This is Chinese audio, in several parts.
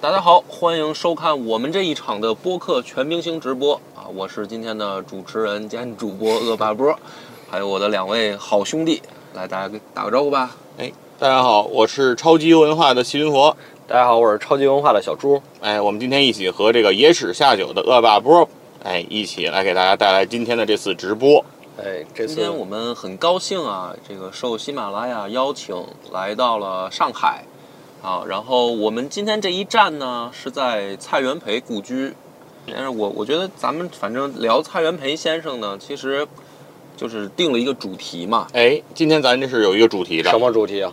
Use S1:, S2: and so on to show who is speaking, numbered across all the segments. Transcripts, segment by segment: S1: 大家好，欢迎收看我们这一场的播客全明星直播啊！我是今天的主持人兼主播恶霸波， 还有我的两位好兄弟，来大家给打个招呼吧。
S2: 大家好，我是超级文化的齐云佛。
S3: 大家好，我是超级文化的小猪。
S2: 哎，我们今天一起和这个野史下酒的恶霸波，哎，一起来给大家带来今天的这次直播。
S3: 哎，这
S1: 今
S3: 次
S1: 天我们很高兴啊，这个受喜马拉雅邀请来到了上海啊，然后我们今天这一站呢是在蔡元培故居，但是我我觉得咱们反正聊蔡元培先生呢，其实就是定了一个主题嘛，
S2: 哎，今天咱这是有一个主题
S3: 什
S2: 的，
S3: 么主题啊？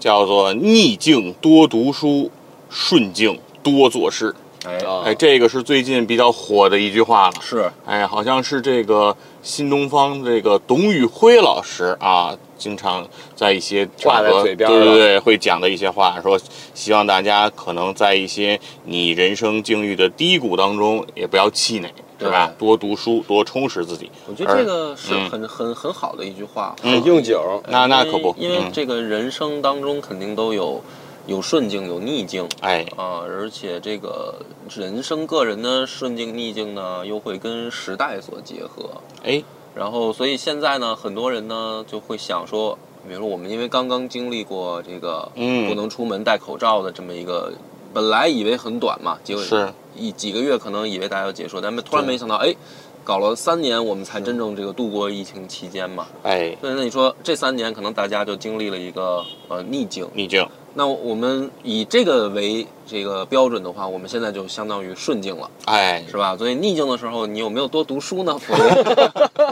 S2: 叫做逆境多读书，顺境多做事。
S1: 哎，
S3: 啊
S2: 哎，这个是最近比较火的一句话了。
S1: 是
S2: 哎，好像是这个新东方这个董宇辉老师啊，经常在一些
S3: 挂
S2: 场
S3: 在
S2: 合，对
S3: 嘴边儿
S2: 对
S3: 了
S2: 对，会讲的一些话，说希望大家可能在一些你人生境遇的低谷当中，也不要气馁，
S1: 对
S2: 对吧？多读书，多充实自己。
S1: 我觉得这
S2: 而
S1: 个是
S2: 嗯
S1: 很、很很好的一句话，
S3: 很应景儿。
S2: 那那
S1: 因
S2: 可
S1: 为
S2: 不，
S1: 因为
S2: 嗯、
S1: 这个人生当中肯定都有有顺境有逆境
S2: 哎，
S1: 啊，而且这个人生个人的顺境逆境呢，又会跟时代所结合。
S2: 哎，
S1: 然后，所以现在呢，很多人呢就会想说，比如说我们因为刚刚经历过这个
S2: 嗯
S1: 不能出门戴口罩的这么一个，本来以为很短嘛，结果
S2: 是
S1: 一几个月可能以为大家要结束，但突然
S2: 对
S1: 没想到，哎，搞了三年我们才真正这个度过疫情期间嘛。
S2: 哎，
S1: 对，那你说这三年可能大家就经历了一个呃逆境，
S2: 逆境，
S1: 那我们以这个为这个标准的话，我们现在就相当于顺境了，
S2: 哎，
S1: 是吧？所以逆境的时候，你有没有多读书呢？否则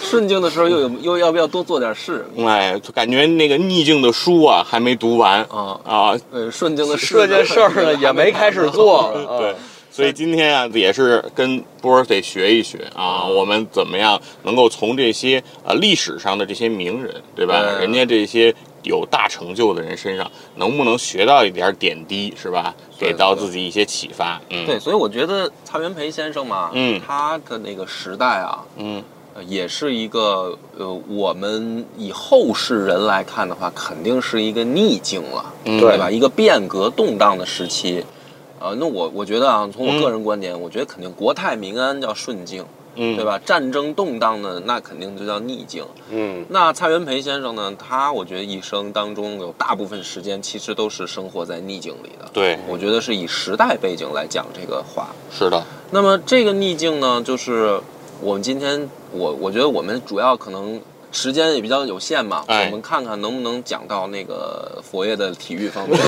S1: 顺境的时候又有又要不要多做点事
S2: 哎，就感觉那个逆境的书啊还没读完
S1: 啊？
S2: 啊，
S1: 呃，顺境的事
S3: 这件事儿呢，也没开始 做。
S2: 对
S3: 啊，
S2: 所以今天啊，也是跟波儿得学一学啊，我们怎么样能够从这些呃历史上的这些名人，对吧？
S1: 嗯
S2: 人家这些有大成就的人身上，能不能学到一点点滴，是吧？
S1: 对
S2: 给到自己一些启发。嗯，
S1: 对，，所以我觉得蔡元培先生嘛，
S2: 嗯
S1: 他的那个时代啊，
S2: 嗯，
S1: 呃也是一个呃，我们以后世人来看的话，肯定是一个逆境了，
S2: 嗯
S1: 对吧？一个变革动荡的时期。呃，那我我觉得啊，从我个人观点，我觉得肯定国泰民安叫顺境，
S2: 嗯，
S1: 对？吧？战争动荡呢，那肯定就叫逆境。
S3: 嗯，
S1: 那蔡元培先生呢，他我觉得一生当中有大部分时间其实都是生活在逆境里的。
S2: 对，
S1: 我觉得是以时代背景来讲这个话。
S2: 是的，
S1: 那么这个逆境呢，就是我们今天我我觉得我们主要可能时间也比较有限嘛，
S2: 哎
S1: 我们看看能不能讲到那个佛爷的体育方 面。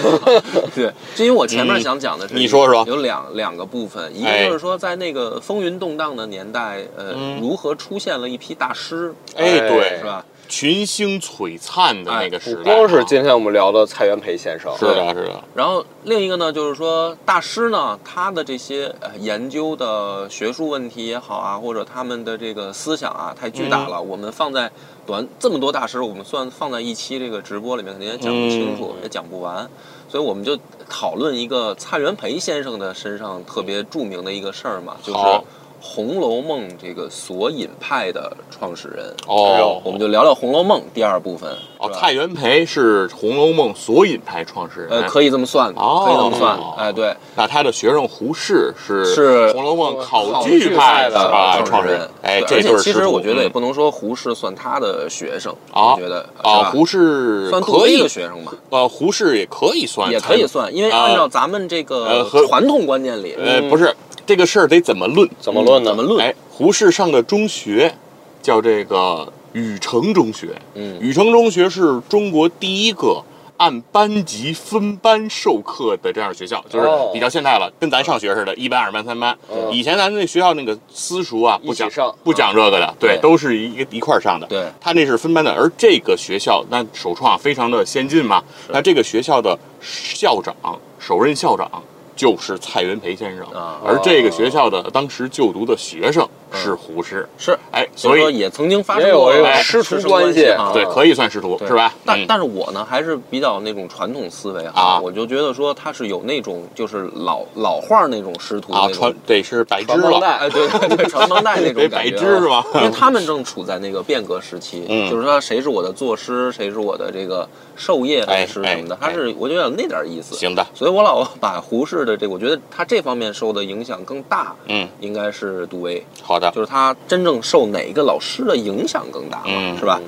S1: 对，这因为我前面想讲的是、
S2: 你说说
S1: 有两两个部分，一个
S2: 哎
S1: 就是说在那个风云动荡的年代，呃，
S2: 嗯
S1: 如何出现了一批大师，
S2: 哎，
S3: 哎
S2: 对
S1: 是，吧？
S2: 群星璀璨的那个时
S3: 不
S2: 代，
S3: 光
S1: 啊
S3: 是
S2: 这，
S3: 今天我们聊的蔡元培先生，
S2: 是的，是的，
S1: 然后另一个呢，就是说大师呢，他的这些呃研究的学术问题也好啊，或者他们的这个思想啊，太巨大了。
S2: 嗯
S1: 我们放在短这么多大师，我们算放在一期这个直播里面，肯定也讲不清楚，
S2: 嗯
S1: 也讲不完。所以我们就讨论一个蔡元培先生的身上特别著名的一个事儿嘛，就是《
S2: 好
S1: 红楼梦》这个索引派的创始人。我
S2: 哦
S1: 们就聊聊《红楼梦》第二部分。
S2: 哦，
S1: 是吧
S2: 蔡元培是《红楼梦》索引派创始人，
S1: 呃，可以这么算，
S2: 哦
S1: 可以这么算
S2: 哦。
S1: 哎，对。
S2: 那他的学生胡适是
S1: 是
S2: 《红楼梦》考
S3: 据
S2: 据派
S3: 派的
S2: 啊
S1: 创
S2: 创
S1: 始
S2: 始
S1: 人
S2: 人。。哎，
S1: 对
S2: 这
S1: 而
S2: 对
S1: 且
S2: 儿
S1: 其
S2: 师
S1: 实
S2: 徒
S1: 我觉得也
S2: 嗯
S1: 不能说胡适算他的学生，
S2: 啊
S1: 我觉得
S2: 啊，
S1: 是吧
S2: 胡适
S1: 算杜
S2: 可
S1: 威
S2: 以
S1: 的学生吧，
S2: 呃，胡适也可以算，
S1: 也可以。算，嗯因为
S2: 啊
S1: 按照咱们这
S2: 呃
S1: 个
S2: 和
S1: 传统观念里，嗯
S2: 呃，不是这个事儿得怎么论？
S3: 怎么论呢？
S1: 怎么论？
S2: 哎，胡适上的中学叫这个禹城中学，
S1: 嗯，
S2: 禹城中学是中国第一个。按班级分班授课的这样的学校，就是
S3: 哦
S2: 比较现代了，跟咱上学似的，一班、二班、三班。
S3: 嗯
S2: 以前咱们那学校那个私塾啊，不
S3: 一起
S2: 讲
S3: 上
S2: 不讲这个的，对，
S1: 对
S2: 都是一个一块儿上的。
S1: 对，
S2: 他那是分班的，而这个学校那首创非常的先进嘛。那这个学校的校长，首任校长就是蔡元培先生，
S1: 啊
S2: 而这个学校的当时就读的学生
S1: 嗯
S2: 是胡适，
S1: 是，
S2: 哎，所
S1: 所以说
S2: 以
S1: 也曾经发
S3: 也
S1: 生
S3: 有
S1: 过
S3: 这种
S1: 哎
S3: 师徒
S1: 师
S3: 关系
S1: 啊
S2: 对可以算师徒
S1: 对
S2: 是吧？
S1: 但
S2: 嗯
S1: 但是我呢，还是比较那种传统思维
S2: 啊
S1: 哈，我就觉得说他是有那种就是老老话那种师徒
S2: 啊，
S1: 那
S2: 传
S1: 种，
S2: 得是白织
S3: 传帮
S2: 了，
S3: 带
S1: 哎，对 对对，传帮带那种
S2: 得
S1: 感
S2: 白
S1: 觉啊，
S2: 织是吧？
S1: 因为他们正处在那个变革时期，
S2: 嗯
S1: 就是说谁是我的作师，谁是我的这个授业
S2: 哎
S1: 大师什么的，
S2: 哎
S1: 他是我觉得有那点意思。
S2: 行的，
S1: 所以我老把胡适的这个，我觉得他这方面受的影响更大，
S2: 嗯，
S1: 应该是杜威，
S2: 好的，
S1: 就是他真正受哪一个老师的影响更大嘛，
S2: 嗯
S1: 是吧？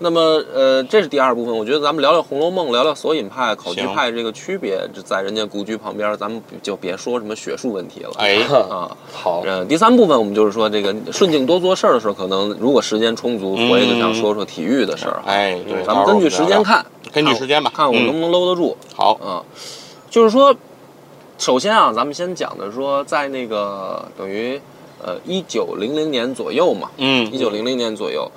S1: 那么，呃，这是第二部分。我觉得咱们聊聊《红楼梦》，聊聊索引派、考据
S2: 行
S1: 派这个区别，这在人家古居旁边，咱们就别说什么学术问题了。
S2: 哎，
S1: 啊，
S3: 好，
S1: 呃，第三部分我们就是说，这个顺境多做事儿的时候，可能如果时间充足，
S2: 嗯
S1: 我也就想说说体育的事儿。
S2: 哎，对，
S1: 嗯咱们根据时间看，
S2: 根据时间吧，
S1: 看我能不
S2: 嗯
S1: 能搂得住
S2: 好，
S1: 啊。就是说，首先啊，咱们先讲的说，在那个等于呃一九零零年左右嘛，一
S2: 嗯
S1: 九零零年左右，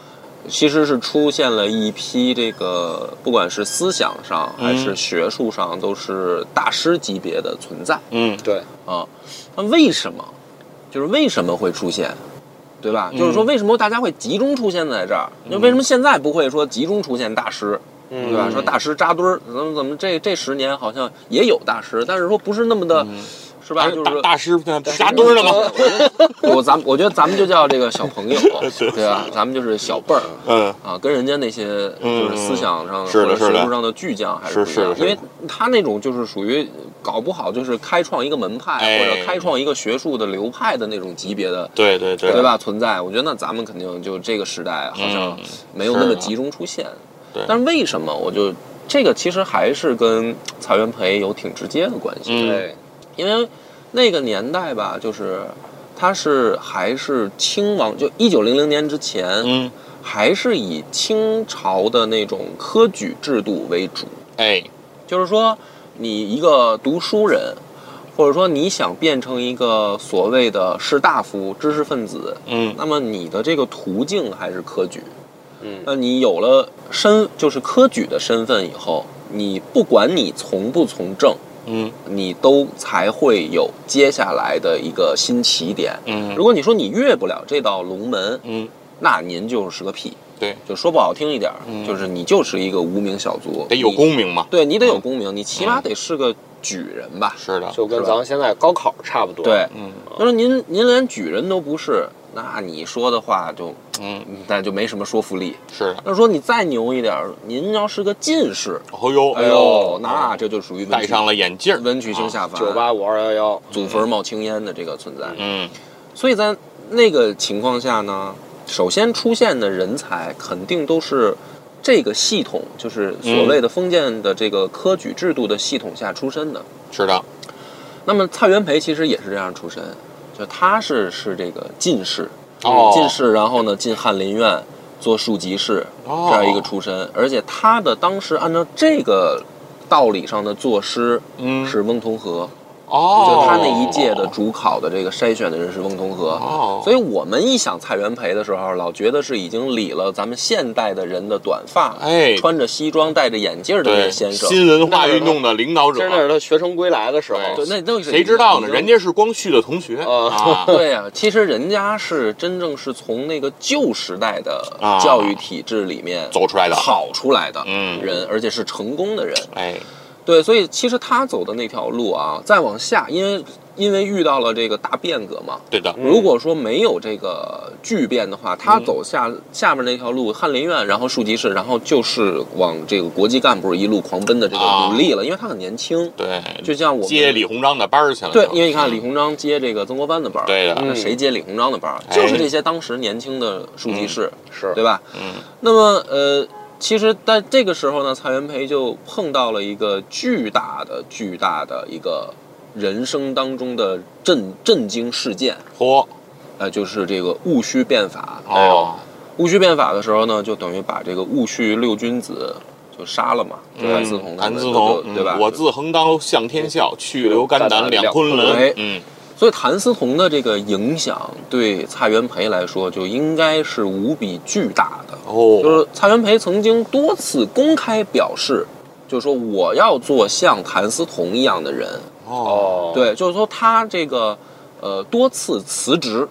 S1: 其实是出现了一批这个不管是思想上还是
S2: 嗯
S1: 学术上都是大师级别的存在。
S2: 嗯，
S3: 对，
S1: 啊，那为什么？就是为什么会出现，对吧？
S2: 嗯
S1: 就是说为什么大家会集中出现在这儿？就为什么现在不会说集中出现大师，
S3: 嗯
S1: 对吧？说大师扎堆儿，怎么怎么这这十年好像也有大师，但是说不是那么的，是吧？
S2: 哎
S1: 就是
S2: 大
S1: 说
S2: 大师呢不扎堆儿 了吗？
S1: 我咱们我觉得咱们就叫这个小朋友，对吧？咱们就是小辈儿。
S2: 嗯，
S1: 啊，跟人家那些就是思想上
S2: 是的
S1: 或者
S2: 是的
S1: 学术上的巨匠还
S2: 是
S1: 不一样
S2: 是的，是
S1: 因
S2: 的
S1: 为他那种就是属于搞不好就是开创一个门
S2: 哎
S1: 派或者开创一个学术的流派的那种级别的，
S2: 对对对，
S1: 对吧？存在，我觉得那咱们肯定就这个时代好像
S2: 嗯
S1: 没有
S2: 是
S1: 那么
S2: 的
S1: 集中出现
S2: 对，
S1: 但是为什么我就这个其实还是跟蔡元培有挺直接的关系，
S2: 嗯
S3: 对，
S1: 因为那个年代吧，就是他是还是清王，就一九零零年之前，
S2: 嗯，
S1: 还是以清朝的那种科举制度为主，
S2: 哎，
S1: 就是说，你一个读书人，或者说你想变成一个所谓的士大夫、知识分子，
S2: 嗯
S1: 那么你的这个途径还是科举。
S3: 嗯
S1: 那你有了身，就是科举的身份以后，你不管你从不从政，
S2: 嗯
S1: 你都才会有接下来的一个新起点。
S2: 嗯，
S1: 如果你说你越不了这道龙门，
S2: 嗯
S1: 那您就是个屁。
S2: 对，
S1: 就说不好听一点儿，
S2: 嗯
S1: 就是你就是一个无名小卒，
S2: 得有
S1: 你，
S2: 功名嘛，
S1: 对你得有功名，你起码得是个举人吧？
S2: 是的，
S3: 就跟
S1: 是吧
S3: 咱们现在高考差不多，
S1: 对，
S2: 嗯
S1: 就是您您连举人都不是，那你说的话就
S2: 嗯，
S1: 那就没什么说服力。
S2: 是的，
S1: 要说你再牛一点儿，您要是个进士，
S2: 哦呦
S1: 哎呦，那这就属于文
S2: 戴
S1: 曲
S2: 上了眼镜儿，啊
S1: 文曲星下凡，
S3: 九八五二幺幺，
S1: 祖坟冒青烟的这个存在。
S2: 嗯
S1: 所以在那个情况下呢，首先出现的人才肯定都是这个系统，就是所谓的封建的这个科举制度的系统下出身的。
S2: 是的，
S1: 那么蔡元培其实也是这样出身，就他是是这个进士，
S2: 哦，
S1: 进士，然后呢进翰林院做庶吉士
S2: 哦
S1: 这样一个出身，而且他的当时按照这个道理上的作诗
S2: 嗯
S1: 是翁同龢，
S2: 哦，
S1: 就他那一届的主考的这个筛选的人是翁同龢。
S2: 哦，
S1: 所
S2: 以
S1: 以我们一想蔡元培的时候，老觉得是已经理了咱们现代的人的短发，
S2: 哎
S1: 穿着西装戴着眼镜的那
S2: 对
S1: 些先生，
S2: 新文化运动的领导
S3: 其实那是
S2: 者，
S3: 他学成归来的时候，
S1: 对，那都是
S2: 谁知道呢？
S1: 已经
S2: 人家是光绪的同学
S3: 啊
S2: 啊，
S1: 对啊，其实人家是真正是从那个旧时代的
S2: 啊
S1: 教育体制里面
S2: 走出来的
S1: 跑出来的
S2: 嗯
S1: 人，而且是成功的人。
S2: 哎，
S1: 对，所以其实他走的那条路啊，再往下，因为因为遇到了这个大变革嘛，
S2: 对的，
S1: 如果说没有这个巨变的话，
S2: 嗯
S1: 他走下下面那条路，翰林院，然后庶吉士，然后就是往这个国际干部一路狂奔的这个努力了，因为他很年轻，
S2: 对，
S1: 就像我们
S2: 啊嗯接李鸿章的班儿去了就，嗯
S1: 对，因为你看李鸿章接这个曾国藩的班儿，
S2: 对的
S1: 那
S3: 嗯
S1: 谁接李鸿章的班儿？
S2: 哎
S1: 就是这些当时年轻的庶吉士，
S3: 是
S1: 对吧？
S2: 嗯
S1: 那么呃，其实在这个时候呢，蔡元培就碰到了一个巨大的、巨大的一个人生当中的震震惊事件。
S2: 嚯
S1: 呃，就是这个戊戌变法。
S2: 哦，
S1: 戊戌变法的时候呢，就等于把这个戊戌六君子就杀了嘛，就
S2: 嗯
S1: 谭嗣同他
S2: 谭
S1: 们
S2: 嗣
S1: 就
S2: 同，
S1: 对吧？嗯
S2: 嗯我自横刀向天笑，去留肝胆两昆
S1: 哎
S2: 仑。嗯，
S1: 所以谭嗣同的这个影响对蔡元培来说，就应该是无比巨大的。就
S2: 哦，
S1: 是蔡元培曾经多次公开表示，就是说我要做像谭嗣同一样的人。
S2: 哦，
S3: 哦，
S1: 对，就是说他这个呃多次辞职，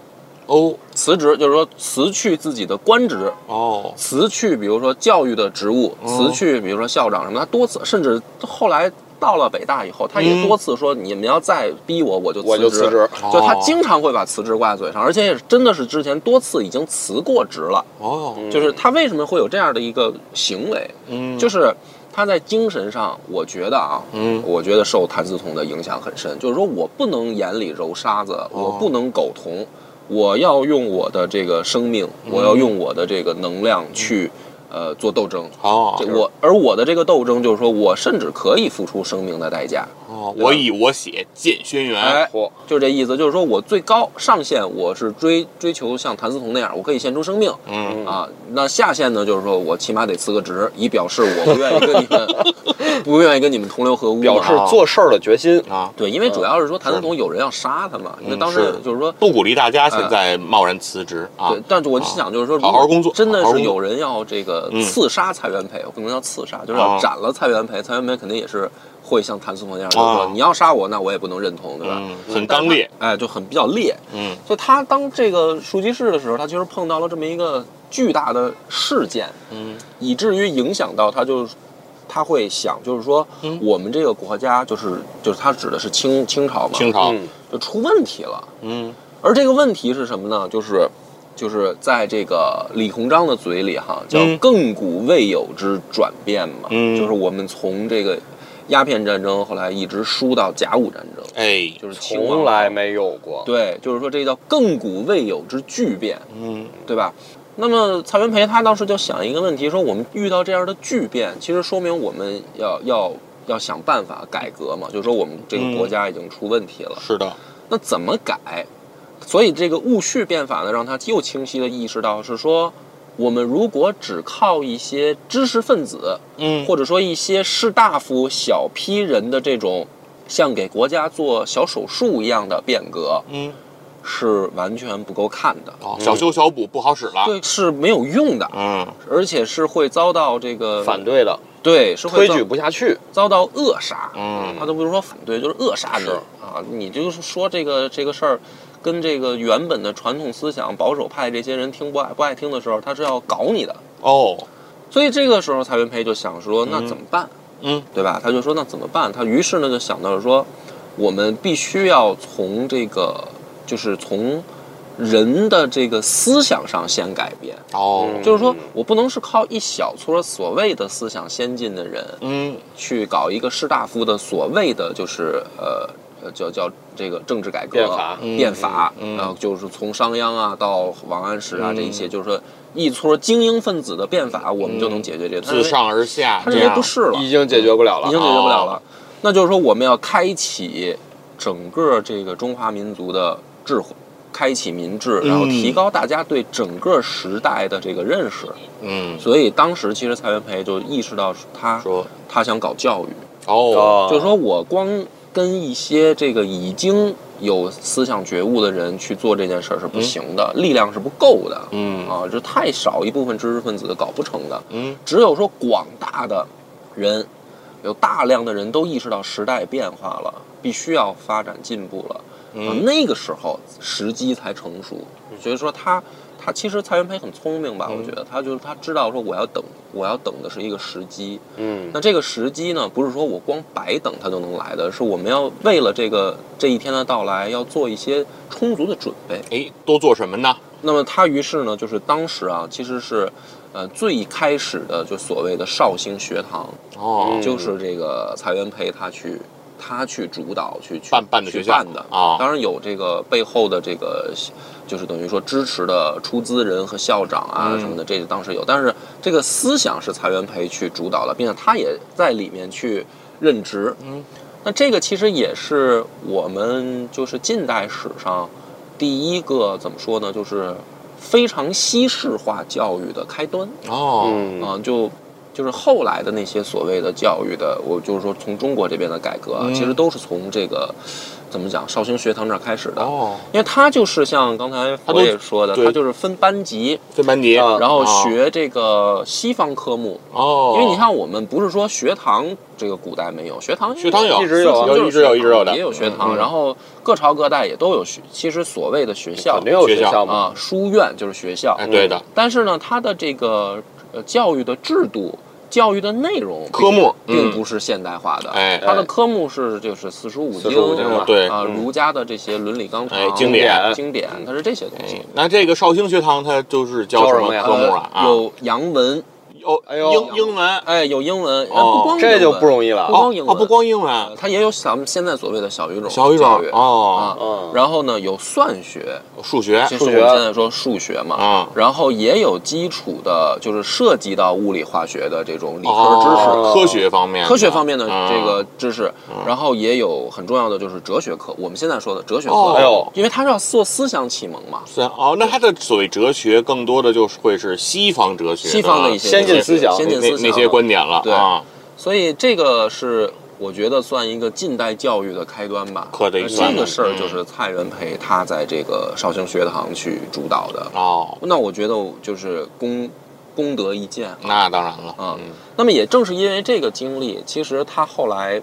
S2: 哦
S1: 辞职就是说辞去自己的官职，
S2: 哦，
S1: 辞去比如说教育的职务，
S3: 哦
S1: 辞去比如说校长什么，他多次甚至后来到了北大以后，他也
S2: 嗯
S1: 多次说你们要再逼我，我就
S3: 我就辞职，哦
S1: 就他经常会把辞职挂在嘴上，而且也是真的是之前多次已经辞过职了。
S2: 哦，
S3: 嗯
S1: 就是他为什么会有这样的一个行为，
S2: 嗯，
S1: 就是他在精神上，我觉得啊，
S2: 嗯
S1: 我觉得受谭嗣同的影响很深。就是说我不能眼里揉沙子，
S3: 哦
S1: 我不能苟同，我要用我的这个生命，
S3: 嗯
S1: 我要用我的这个能量去呃做斗争。
S2: 哦
S1: 这我而我的这个斗争就是说我甚至可以付出生命的代价，
S2: 哦，我以我血荐轩辕，
S1: 哎，
S3: 嚯，
S1: 就是这意思，就是说我最高上限我是追追求像谭嗣同那样，我可以献出生命，
S2: 嗯
S1: 啊，那下线呢，就是说我起码得辞个职，以表示我不愿意跟你们 不愿意跟你们同流合污嘛。啊
S3: 表示做事儿的决心。
S2: 啊，
S1: 对，因为主要是说谭嗣同有人要杀他嘛，因为当时
S2: 嗯是
S1: 就是说。
S2: 不鼓励大家现在贸然辞职
S1: 嗯
S2: 啊
S1: 对，，但是我就想，就是说，
S2: 好好工作
S1: 真的
S2: 好好
S1: 是
S2: 工作
S1: 有人要这个
S2: 嗯
S1: 刺杀蔡元培，我不能叫刺杀，就是要
S2: 啊
S1: 斩了蔡元培。蔡元培肯定也是会像谭嗣同那样，就是说
S2: 啊
S1: 你要杀我，那我也不能认同，对吧？
S2: 嗯，很刚烈，
S1: 哎，就很比较烈。
S2: 嗯
S1: 所以他当这个书记室的时候，他其实碰到了这么一个巨大的事件，
S2: 嗯
S1: 以至于影响到他就是。他会想，就是说，
S2: 嗯
S1: 我们这个国家，就是就是他指的是清清朝嘛，
S2: 清朝，
S3: 嗯，
S1: 就出问题了。
S2: 嗯
S1: 而这个问题是什么呢？就是就是在这个李鸿章的嘴里哈，叫
S2: 嗯
S1: 亘古未有之转变嘛，
S2: 嗯
S1: 就是我们从这个鸦片战争后来一直输到甲午战争，
S2: 哎，
S1: 就是清王
S3: 从来没有过。
S1: 对，就是说这叫亘古未有之巨变。
S2: 嗯
S1: 对吧？那么蔡元培他当时就想一个问题，说我们遇到这样的巨变，其实说明我们要要要想办法改革嘛，就是说我们这个国家已经出问题了，
S2: 是的，
S1: 那怎么改？所以这个戊戌变法呢，让他又清晰地意识到是说，我们如果只靠一些知识分子，
S2: 嗯
S1: 或者说一些士大夫、小批人的这种像给国家做小手术一样的变革，
S2: 嗯
S1: 是完全不够看的，
S2: 哦，小修小补不好使了，
S3: 啊
S1: 对，是没有用的。
S2: 嗯
S1: 而且是会遭到这个
S3: 反，对的，
S1: 对，是会
S3: 推
S1: 遭
S3: 举不下去。
S1: 遭到扼杀。
S2: 嗯
S1: 他都不是说反对，就是扼杀你
S3: 是
S1: 啊！你就是说这个这个事儿，跟这个原本的传统思想保守派这些人听不爱不爱听的时候，他是要搞你的。
S2: 哦，
S1: 所以这个时候，蔡元培就想说，那怎么办？
S2: 嗯
S1: 对吧？他就说那怎么办？他于是呢就想到了说，我们必须要从这个就是从人的这个思想上先改变。
S2: 哦，
S1: 就是说
S3: 嗯
S1: 我不能是靠一小撮所谓的思想先进的人
S2: 嗯
S1: 去搞一个士大夫的所谓的就是呃呃叫叫这个政治改革
S3: 变法
S2: 嗯
S1: 变法，
S2: 嗯
S1: 然后就是从商鞅啊到王安石啊、
S2: 嗯
S1: 这一些，就是说一撮精英分子的变法，我们就能解决这个。他认
S2: 自
S1: 为
S2: 上而下
S1: 他
S2: 这
S1: 认为
S2: 样
S1: 不是了，
S3: 已经解决不了啊了
S1: 已经。解决不了了。
S2: 哦
S1: 那就是说，我们要开启整个这个中华民族的智慧，开启民智，然后
S2: 嗯
S1: 提高大家对整个时代的这个认识。
S2: 嗯
S1: 所以当时其实蔡元培就意识到他
S2: 说
S1: 他想搞教育，
S2: 哦
S1: 就是说我光跟一些这个已经有思想觉悟的人去做这件事儿是不行的，力量是不够的。
S2: 嗯
S1: 啊，就太少一部分知识分子搞不成的，
S2: 嗯
S1: 只有说广大的人，有大量的人都意识到时代变化了，必须要发展进步了，啊
S2: 嗯
S1: 那个时候时机才成熟。所以说他他其实蔡元培很聪明吧，
S2: 嗯
S1: 我觉得他就是他知道说我要等，我要等的是一个时机。
S3: 嗯
S1: 那这个时机呢，不是说我光白等它就能来的，是我们要为了这个这一天的到来，要做一些充足的准备。
S2: 哎，都做什么呢？
S1: 那么他于是呢，就是当时啊，其实是，呃，最开始的就所谓的绍兴学堂，
S2: 哦
S3: 嗯
S1: 就是这个蔡元培他去他去主导去去
S2: 办办的
S1: 去
S2: 学校
S1: 办的
S2: 啊
S1: 当然有这个背后的这个就是等于说支持的出资人和校长啊
S2: 嗯
S1: 什么的，这个当时有，但是这个思想是蔡元培去主导的，并且他也在里面去任职。
S2: 嗯，
S1: 那这个其实也是我们就是近代史上第一个怎么说呢，就是非常西式化教育的开端。
S2: 哦
S1: 啊、
S3: 嗯
S1: 就就是后来的那些所谓的教育的，我就是说从中国这边的改革啊，
S2: 嗯
S1: 其实都是从这个怎么讲绍兴学堂那儿开始的。
S2: 哦，
S1: 因为他就是像刚才
S2: 他
S1: 我
S2: 都
S1: 也说的，
S2: 对
S1: 他就是分班级，
S2: 分班级，
S3: 啊
S1: 然后
S2: 哦
S1: 学这个西方科目。
S2: 哦，
S1: 因为你看，我们不是说学堂这个古代没有，学堂
S2: 学堂有
S3: 一直有啊
S1: 四川就是
S2: 一直有一直有的
S1: 也有学堂。
S2: 嗯嗯
S1: 然后各朝各代也都有学，其实所谓的学校
S3: 肯定有
S2: 学
S3: 学
S2: 校
S3: 校嘛，
S1: 啊，书院就是学校。
S2: 哎，对的，
S1: 但是呢，它的这个呃教育的制度、教育的内容、
S2: 科目
S1: 并
S2: 嗯
S1: 不是现代化的。
S2: 哎
S1: 它的科目是就是四书五经
S3: 45经
S1: 啊
S3: 嘛
S2: 对
S1: 啊，
S3: 嗯
S1: 儒家的这些伦理纲常、
S2: 哎经
S3: 典
S1: 经典，它是这些东西
S2: 哎。那这个绍兴学堂它就是教
S3: 教
S2: 什
S3: 什么
S2: 么
S3: 呀
S2: 科目啊？
S1: 呃
S2: 啊，
S1: 有洋文，
S2: 有
S3: 哎呦
S2: 英英文，
S1: 哎，有英文，哎
S2: 哦
S1: 不光
S3: 这就不
S1: 易。
S3: 容易了
S1: 不。光英文
S2: 哦，不光英
S1: 呃
S2: 文，
S1: 它也有咱们现在所谓的小语种
S2: 小语
S1: 教
S2: 种
S1: 育啊
S2: 哦，
S3: 嗯，
S1: 然后呢，有算学，
S2: 哎数学
S1: 其实我
S3: 数
S1: 们
S3: 学
S1: 现在说数学嘛，
S2: 啊
S1: 然后也有基础的，就是涉及到物理化学的这种理科知识。
S2: 哦
S3: 识
S2: 科学方面的，
S1: 科学方面的
S2: 啊
S1: 这个知识，然后也有很重要的就是哲学课，我们现在说的哲学课，
S2: 哦
S3: 哎呦
S1: 因为它是要做思想启蒙嘛，
S2: 是哦，那它的所谓哲学更多的就是会是西方哲学，
S1: 西方的一些
S3: 先进思想
S1: 先进
S2: 啊那
S1: 思想
S2: 那些观点了
S1: 对
S2: 啊，
S1: 所以这个是我觉得算一个近代教育的开端吧。
S2: 可得
S1: 那
S2: 算
S1: 这个事儿就
S2: 嗯
S1: 是蔡元培他在这个绍兴学堂去主导的，
S2: 哦，
S1: 那我觉得就是功功德一件啊。
S2: 那当然了，
S1: 嗯，那么也正是因为这个经历，其实他后来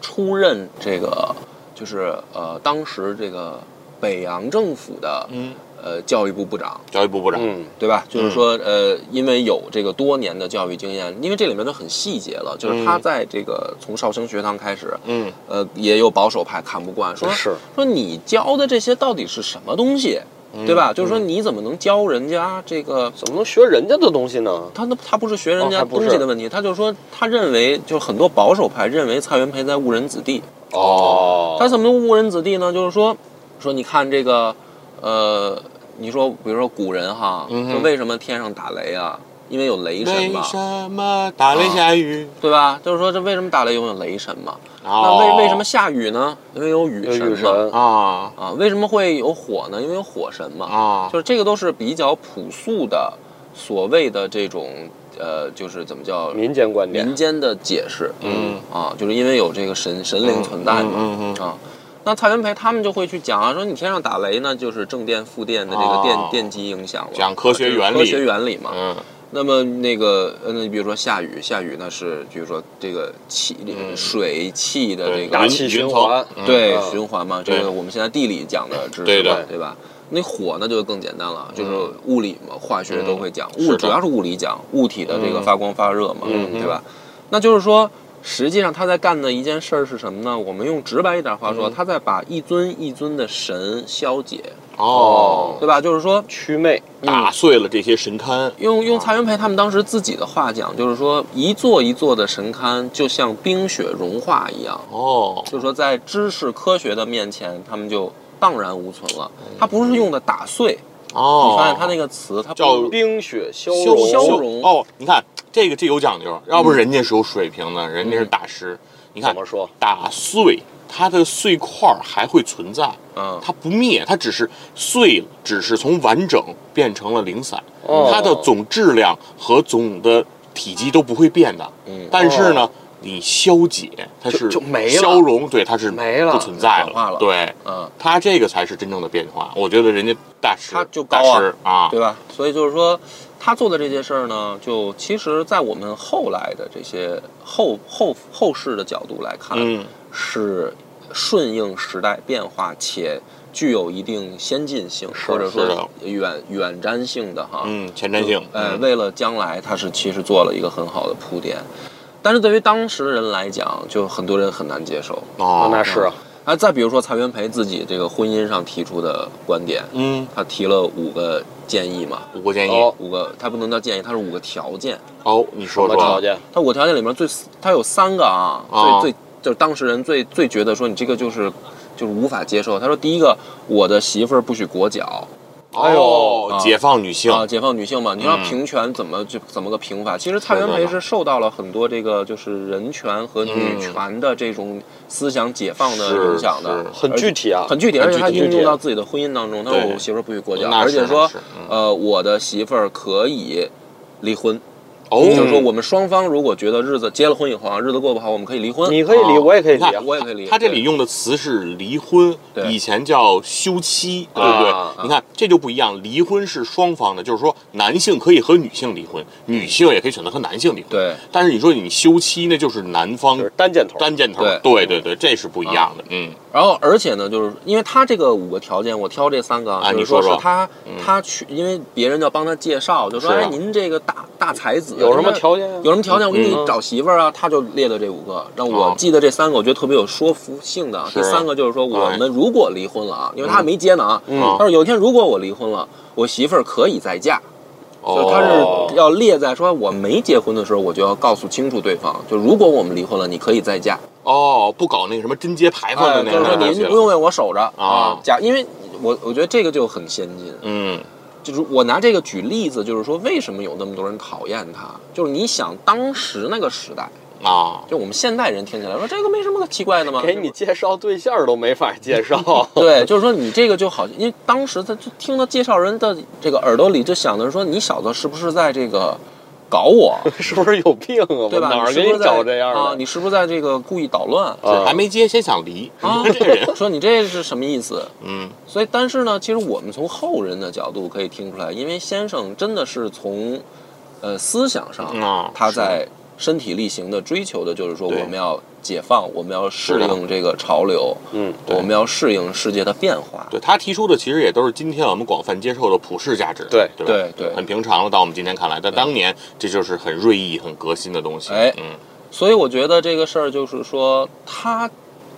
S1: 出任这个就是呃当时这个北洋政府的
S2: 嗯，
S1: 呃教育部部长，
S2: 教育部部长，
S3: 嗯，
S1: 对吧？就是说呃，因为有这个多年的教育经验，因为这里面都很细节了，就是他
S2: 嗯
S1: 在这个从绍兴学堂开始，
S2: 嗯，
S1: 呃，也有保守派看不惯，说
S3: 是
S1: 说你教的这些到底是什么东西，对吧？就是说你怎么能教人家这个
S3: 怎么能学人家的东西呢？
S1: 他那他不是学人
S3: 哦
S1: 家
S3: 还不
S1: 东
S3: 是
S1: 西的问题，他就说他认为就很多保守派认为蔡元培在误人子弟，
S3: 哦
S1: 他怎么能误人子弟呢？就是说说你看这个，呃，你说比如说古人哈，
S2: 嗯哼
S1: 说为什么天上打雷啊？因为有雷神
S2: 为
S1: 嘛，
S2: 什么打雷下雨？哦
S1: 对吧？就是说这为什么打雷拥有雷神嘛？啊那
S2: 那
S1: 为为什么下雨呢？因为有雨
S3: 哦有
S1: 神
S3: 雨
S1: 嘛。
S3: 神，
S2: 啊
S1: 啊，为什么会有火呢？因为有火神嘛。
S2: 啊
S1: 就是这个都是比较朴素的，所谓的这种呃，就是怎么叫
S3: 民间观点
S1: 民，间的解释，
S2: 嗯
S1: 啊，就是因为有这个神神灵存在嘛，
S2: 嗯嗯嗯
S1: 啊，那蔡元培他们就会去讲啊，说你天上打雷呢，就是正电负电的这个电、
S2: 哦
S1: 电机影响了，
S2: 讲科学原理
S1: 科学原理嘛。
S2: 嗯
S1: 那么那个，呃，那比如说下雨，下雨那是比如说这个气、水气的这
S2: 嗯对，
S1: 个
S3: 大
S2: 云
S3: 气
S2: 云
S3: 循
S2: 层
S3: 环
S2: 嗯
S1: 对，
S3: 嗯
S1: 循环嘛，
S2: 对
S1: 这个我们现在地理讲的知识，
S2: 对的
S1: 对吧？那火呢就更简单了，就是物理嘛，化学都会讲，
S2: 嗯
S1: 物
S2: 是的
S1: 主要是物理讲物体的这个
S2: 嗯
S1: 发光发热嘛，
S3: 嗯
S1: 对吧？那就是说，实际上他在干的一件事儿是什么呢？我们用直白一点话说，
S2: 嗯
S1: 他在把一尊一尊的神消解，
S2: 哦，
S1: 对吧？就是说，
S3: 祛魅，
S2: 打碎了这些神龛，
S1: 用用蔡元培他们当时自己的话讲，就是说，一座一座的神龛就像冰雪融化一样，
S2: 哦，
S1: 就是说在知识科学的面前，他们就荡然无存了。它不是用的打碎，
S2: 哦，
S1: 你发现它那个词，它不
S2: 叫
S3: 冰雪消
S2: 消
S3: 融，
S1: 消融
S2: 哦，你看这个这有讲究，要不人家是有水平的，人家是大师。你看
S3: 怎么说？
S2: 打碎它的碎块儿还会存在，
S1: 嗯，
S2: 它不灭，它只是碎了，只是从完整变成了零散，
S3: 哦
S2: 它的总质量和总的体积都不会变的。
S1: 嗯
S2: 但是呢，你消解它是
S3: 就没了
S2: 消融，对，它是
S3: 没了
S2: 不存在
S1: 转化了
S2: 对。
S1: 嗯，
S2: 它这个才是真正的变化，我觉得人家大师，
S1: 它就高
S2: 大
S1: 啊
S2: 师啊，
S1: 对吧？所以就是说，他做的这些事儿呢，就其实，在我们后来的这些后后后世的角度来看，
S2: 嗯，
S1: 是顺应时代变化且。具有一定先进性，或者
S2: 是
S1: 说
S2: 的
S1: 远远瞻性的哈，
S2: 嗯，前瞻性，
S1: 呃，
S2: 嗯
S1: 为了将来，他是其实做了一个很好的铺垫，但是对于当时人来讲，就很多人很难接受。
S2: 哦，
S3: 那是啊，
S1: 啊，再比如说蔡元培自己这个婚姻上提出的观点，
S2: 嗯，
S1: 他提了五个建议嘛，
S2: 五个建议
S3: 哦
S1: 五个他不能叫建议，他是五个条件。
S2: 哦，你说
S3: 什么
S2: 说
S3: 条件？
S1: 他五个条件里面最他有三个啊，
S2: 哦
S1: 最最就是当事人最最觉得说你这个就是就是无法接受。他说第一个，我的媳妇儿不许裹脚，
S3: 哎呦
S2: 哦，解放女性
S1: 啊，解放女性嘛，你让
S2: 嗯
S1: 平权怎么就怎么个平法？其实蔡元培是受到了很多这个就是人权和女权的这种思想解放的影响的，
S2: 嗯是
S3: 很具体啊，
S1: 很具体，
S2: 很
S1: 而
S2: 具
S1: 且
S2: 体
S1: 他应用到自己的婚姻当中。他说
S2: 对
S1: 呃我媳妇儿不许裹脚，
S2: 那
S1: 而
S2: 是
S1: 且说
S2: 那是嗯
S1: 呃我的媳妇儿可以离婚，
S2: 哦
S1: 就是说我们双方如果觉得日子结了婚以后啊，日子过不好，我们可以离婚。
S3: 你可以离，
S2: 哦
S3: 我也可以
S2: 你看
S3: 离啊。
S1: 我也可以离。
S2: 他这里
S1: 对
S2: 用的词是离婚，
S1: 对
S2: 以前叫休妻，对不对？
S3: 啊
S2: 你看这就不一样，离婚是双方的，就是说男性可以和女性离婚，女性也可以选择和男性离婚。
S1: 对
S2: 但是你说你休妻，那就是男方
S3: 就是单箭头，啊
S2: 单箭头，
S1: 对
S2: 对对对，这是不一样的。嗯，
S1: 然后，而且呢，就是因为他这个五个条件，我挑这三个
S2: 啊
S1: 就
S2: 你
S1: 是
S2: 说
S1: 说
S2: 说
S1: 是他他去，因为别人要帮他介绍，就说
S2: 是啊
S1: 哎，您这个大大才子
S3: 有什么
S1: 您这
S3: 条件啊
S1: 有什么条件？我给你
S3: 嗯
S1: 找媳妇儿啊。他就列的这五个，让我
S2: 啊
S1: 记得这三个，我觉得特别有说服性的啊。
S2: 是
S1: 第三个就是说，我
S2: 哎
S1: 们如果离婚了啊，因为他还没结呢啊，
S2: 啊
S1: 他说有一天如果我离婚了，我媳妇儿可以再嫁。就
S2: 哦，
S1: 他是要列在说我没结婚的时候，我就要告诉清楚对方，就如果我们离婚了，你可以再嫁。
S2: 哦，不搞那个什么贞洁牌坊的
S3: 啊
S1: 哎，
S2: 那
S1: 就是
S2: 个
S1: 说
S2: 东西
S1: 您
S2: 了
S1: 不用为我守着
S2: 啊
S1: 啊，假因为我我觉得这个就很先进，
S2: 嗯，
S1: 就是我拿这个举例子，就是说为什么有那么多人讨厌他，就是你想当时那个时代，
S2: 啊，
S1: 就我们现代人听起来说这个没什么奇怪的嘛，。
S3: 给你介绍对象都没法介绍
S1: 对，就是说你这个就好，因为当时他就听到介绍人的这个耳朵里就想着说你小子是不是在这个搞 我，
S3: 是不是有病啊？我
S1: 对吧？
S3: 哪儿
S1: 你是
S3: 给
S1: 不
S3: 你
S1: 是在
S3: 找这样
S1: 啊？
S3: 的？啊
S1: 你是不是在这个故意捣乱？
S2: 这还没接，先想离
S1: 呃啊
S2: 这人，
S1: 说你这是什么意思？
S2: 嗯，
S1: 所以，但是呢，其实我们从后人的角度可以听出来，因为先生真的是从，呃，思想上，
S2: 嗯啊
S1: 他在身体力行的追求的就是说，
S2: 对
S1: 我们要解放，我们要适
S2: 是的
S1: 应这个潮流，
S3: 嗯，
S2: 对
S1: 我们要适应世界的变化。
S2: 对他提出的其实也都是今天我们广泛接受的普世价值，
S3: 对
S2: 对吧
S1: 对对
S2: 很平常了，到我们今天看来，但当年这就是很锐意、很革新的东西。
S1: 哎
S2: 嗯，
S1: 所以我觉得这个事儿就是说，他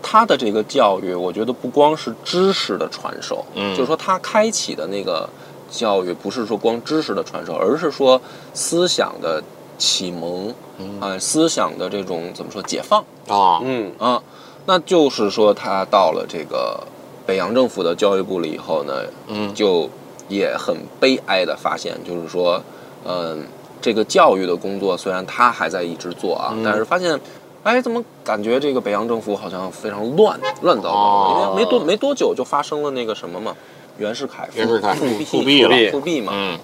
S1: 他的这个教育，我觉得不光是知识的传授，
S2: 嗯
S1: 就是说他开启的那个教育，不是说光知识的传授，而是说思想的启蒙，
S2: 嗯
S1: 啊、思想的这种怎么说解放
S2: 啊，
S3: 嗯，
S1: 啊，那就是说他到了这个北洋政府的教育部了以后呢，
S2: 嗯，
S1: 就也很悲哀的发现，就是说，嗯，这个教育的工作虽然他还在一直做啊，
S2: 嗯
S1: 但是发现，哎，怎么感觉这个北洋政府好像非常乱乱糟糟的？
S2: 哦
S1: 因为没多没多久就发生了那个什么嘛，袁世凯
S2: 袁世凯
S1: 复
S2: 复
S1: 辟
S2: 辟了
S1: 复辟嘛，
S2: 嗯，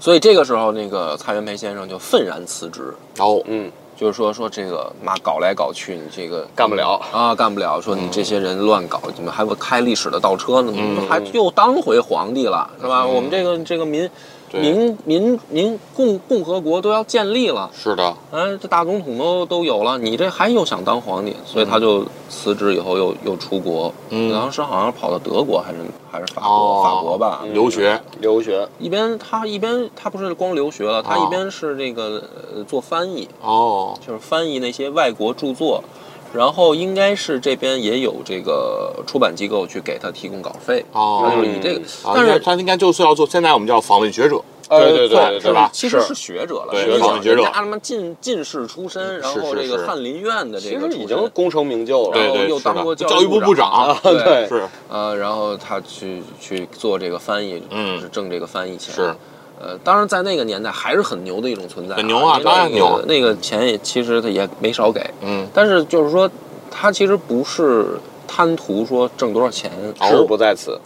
S1: 所以这个时候那个蔡元培先生就愤然辞职。
S2: 然后
S3: 嗯，
S1: 就是说说这个妈搞来搞去，你这个
S3: 干不了
S1: 啊，干不了。说你这些人乱搞，怎么还不开历史的倒车呢？
S2: 嗯
S1: 你们还又当回皇帝了，是吧？我们这个这个民
S2: 对
S1: 民民民共共和国都要建立了，
S2: 是的，
S1: 哎，这大总统都都有了，你这还又想当皇帝？所以他就辞职以后又又出国，
S2: 嗯
S1: 当时好像跑到德国还是还是法国、
S2: 哦
S1: 法国吧，
S2: 留学
S3: 留学
S1: 一边他一边他不是光留学了，他
S2: 哦
S1: 一边是那个、呃、做翻译。
S2: 哦，
S1: 就是翻译那些外国著作，然后应该是这边也有这个出版机构去给他提供稿费，
S2: 哦
S1: 他就是以这个
S3: 嗯，
S2: 啊，
S1: 但
S2: 应该
S1: 是。
S2: 他应该就是要做，现在我们叫访问学者，
S3: 对
S1: 呃
S3: 对对对
S1: 是
S2: 吧
S1: 其实
S3: 是
S1: 是学者了，
S2: 对
S1: 你
S2: 是
S1: 想
S2: 学者嗯
S1: 人家他妈进进士出身，然后
S2: 是
S1: 这
S2: 是
S1: 个翰林院的这
S3: 其
S1: 个
S3: 实
S1: 出
S3: 已
S1: 身，
S3: 经功成名就了。
S2: 对
S1: 然后
S2: 对，
S1: 又
S2: 是
S1: 当
S2: 的
S1: 过
S2: 教育部部长，
S1: 对，
S3: 对
S2: 是
S1: 呃，然后他去去做这个翻译，
S2: 嗯
S1: 就是挣这个翻译钱，
S2: 是，
S1: 呃，当然在那个年代还是很牛的一种存在，
S2: 很牛啊
S1: 因为
S2: 当然
S1: 那个
S2: 牛啊
S1: 那个钱也其实他也没少给，
S2: 嗯，
S1: 但是就是说，他其实不是贪图说挣多少钱，
S3: 志不在此。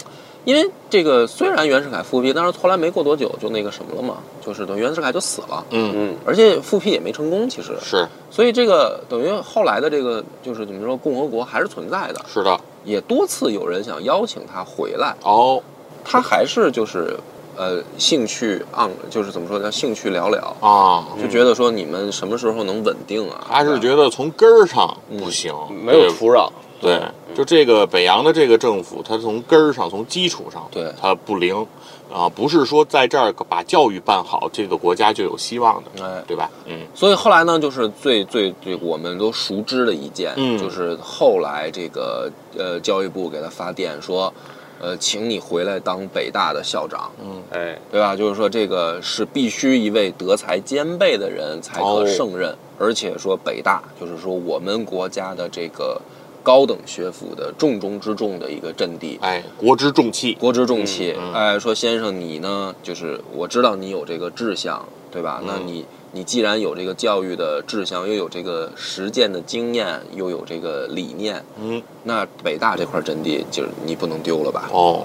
S1: 因为这个虽然袁世凯复辟，但是后来没过多久就那个什么了嘛，就是等于袁世凯就死了，
S2: 嗯，
S3: 嗯，
S1: 而且复辟也没成功，其实，
S2: 是
S1: 所以这个等于后来的这个就是怎么说，共和国还是存在的，
S2: 是的，
S1: 也多次有人想邀请他回来，
S2: 哦，
S1: 他还是就是呃兴趣盎，就是怎么说呢，兴趣寥寥。
S2: 啊，
S1: 就觉得说你们什么时候能稳定啊？
S2: 他是觉得从根儿上不行，
S3: 嗯没有
S2: 对
S3: 土壤。
S2: 对，
S1: 嗯
S2: 就这个北洋的这个政府，它从根儿上、从基础上，
S1: 对
S2: 它不灵，啊，不是说在这儿把教育办好，这个国家就有希望的，
S1: 哎
S2: 对吧？嗯，
S1: 所以后来呢，就是最最最我们都熟知的一件，
S2: 嗯
S1: 就是后来这个呃教育部给他发电说，呃，请你回来当北大的校长，
S3: 哎，
S1: 对吧？就是说这个是必须一位德才兼备的人才
S2: 哦
S1: 可胜任，而且说北大就是说我们国家的这个高等学府的重中之重的一个阵地。
S2: 哎，国之重器，
S1: 国之重器。
S2: 嗯嗯
S1: 哎，说先生你呢，就是我知道你有这个志向，对吧？那
S2: 嗯
S1: 你你既然有这个教育的志向，又有这个实践的经验，又有这个理念，
S2: 嗯，
S1: 那北大这块阵地就是你不能丢了吧？
S2: 哦，